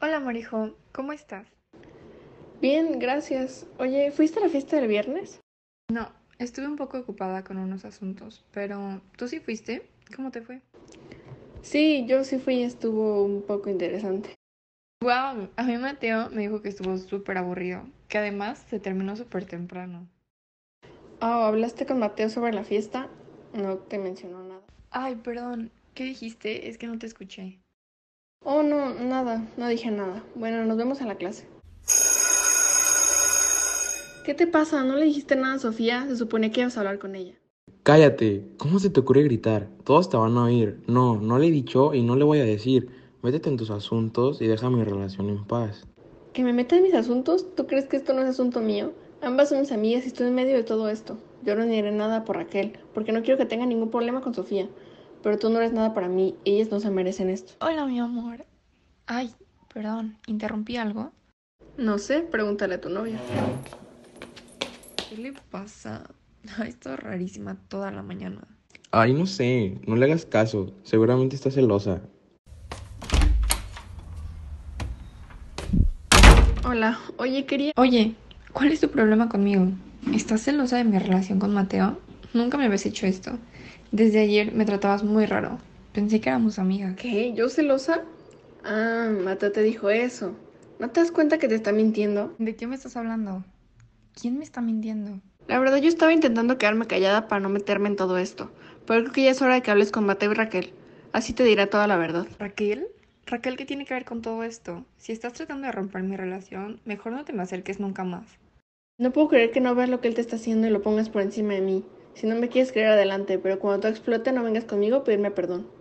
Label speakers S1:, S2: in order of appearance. S1: Hola Marijo, ¿cómo estás?
S2: Bien, gracias. Oye, ¿fuiste a la fiesta del viernes?
S1: No, estuve un poco ocupada con unos asuntos, pero ¿tú sí fuiste? ¿Cómo te fue?
S2: Sí, yo sí fui y estuvo un poco interesante.
S1: Wow, a mí Mateo me dijo que estuvo súper aburrido, que además se terminó súper temprano.
S2: Oh, ¿hablaste con Mateo sobre la fiesta? No te mencionó nada.
S1: Ay, perdón, ¿qué dijiste? Es que no te escuché.
S2: Oh, no, nada, no dije nada. Bueno, nos vemos en la clase. ¿Qué te pasa? ¿No le dijiste nada a Sofía? Se suponía que ibas a hablar con ella.
S3: Cállate, ¿cómo se te ocurre gritar? Todos te van a oír. No, no le he dicho y no le voy a decir. Métete en tus asuntos y deja mi relación en paz.
S2: ¿Que me meta en mis asuntos? ¿Tú crees que esto no es asunto mío? Ambas son mis amigas y estoy en medio de todo esto. Yo no diré nada por Raquel, porque no quiero que tenga ningún problema con Sofía. Pero tú no eres nada para mí, ellas no se merecen esto.
S1: Hola mi amor. Ay, perdón, ¿interrumpí algo?
S2: No sé, pregúntale a tu novia.
S1: ¿Qué le pasa? Ha estado rarísima toda la mañana.
S3: Ay, no sé, no le hagas caso. Seguramente está celosa.
S2: Hola, oye, quería...
S1: Oye, ¿cuál es tu problema conmigo? ¿Estás celosa de mi relación con Mateo? Nunca me habías hecho esto. Desde ayer me tratabas muy raro. Pensé que éramos amigas.
S2: ¿Qué? ¿Yo celosa? Ah, Mateo te dijo eso. ¿No te das cuenta que te está mintiendo?
S1: ¿De qué me estás hablando? ¿Quién me está mintiendo?
S2: La verdad yo estaba intentando quedarme callada para no meterme en todo esto, pero creo que ya es hora de que hables con Mateo y Raquel. Así te dirá toda la verdad.
S1: ¿Raquel? ¿Raquel qué tiene que ver con todo esto? Si estás tratando de romper mi relación, mejor no te me acerques nunca más.
S2: No puedo creer que no veas lo que él te está haciendo y lo pongas por encima de mí. Si no me quieres creer adelante, pero cuando tú explote no vengas conmigo a pedirme perdón.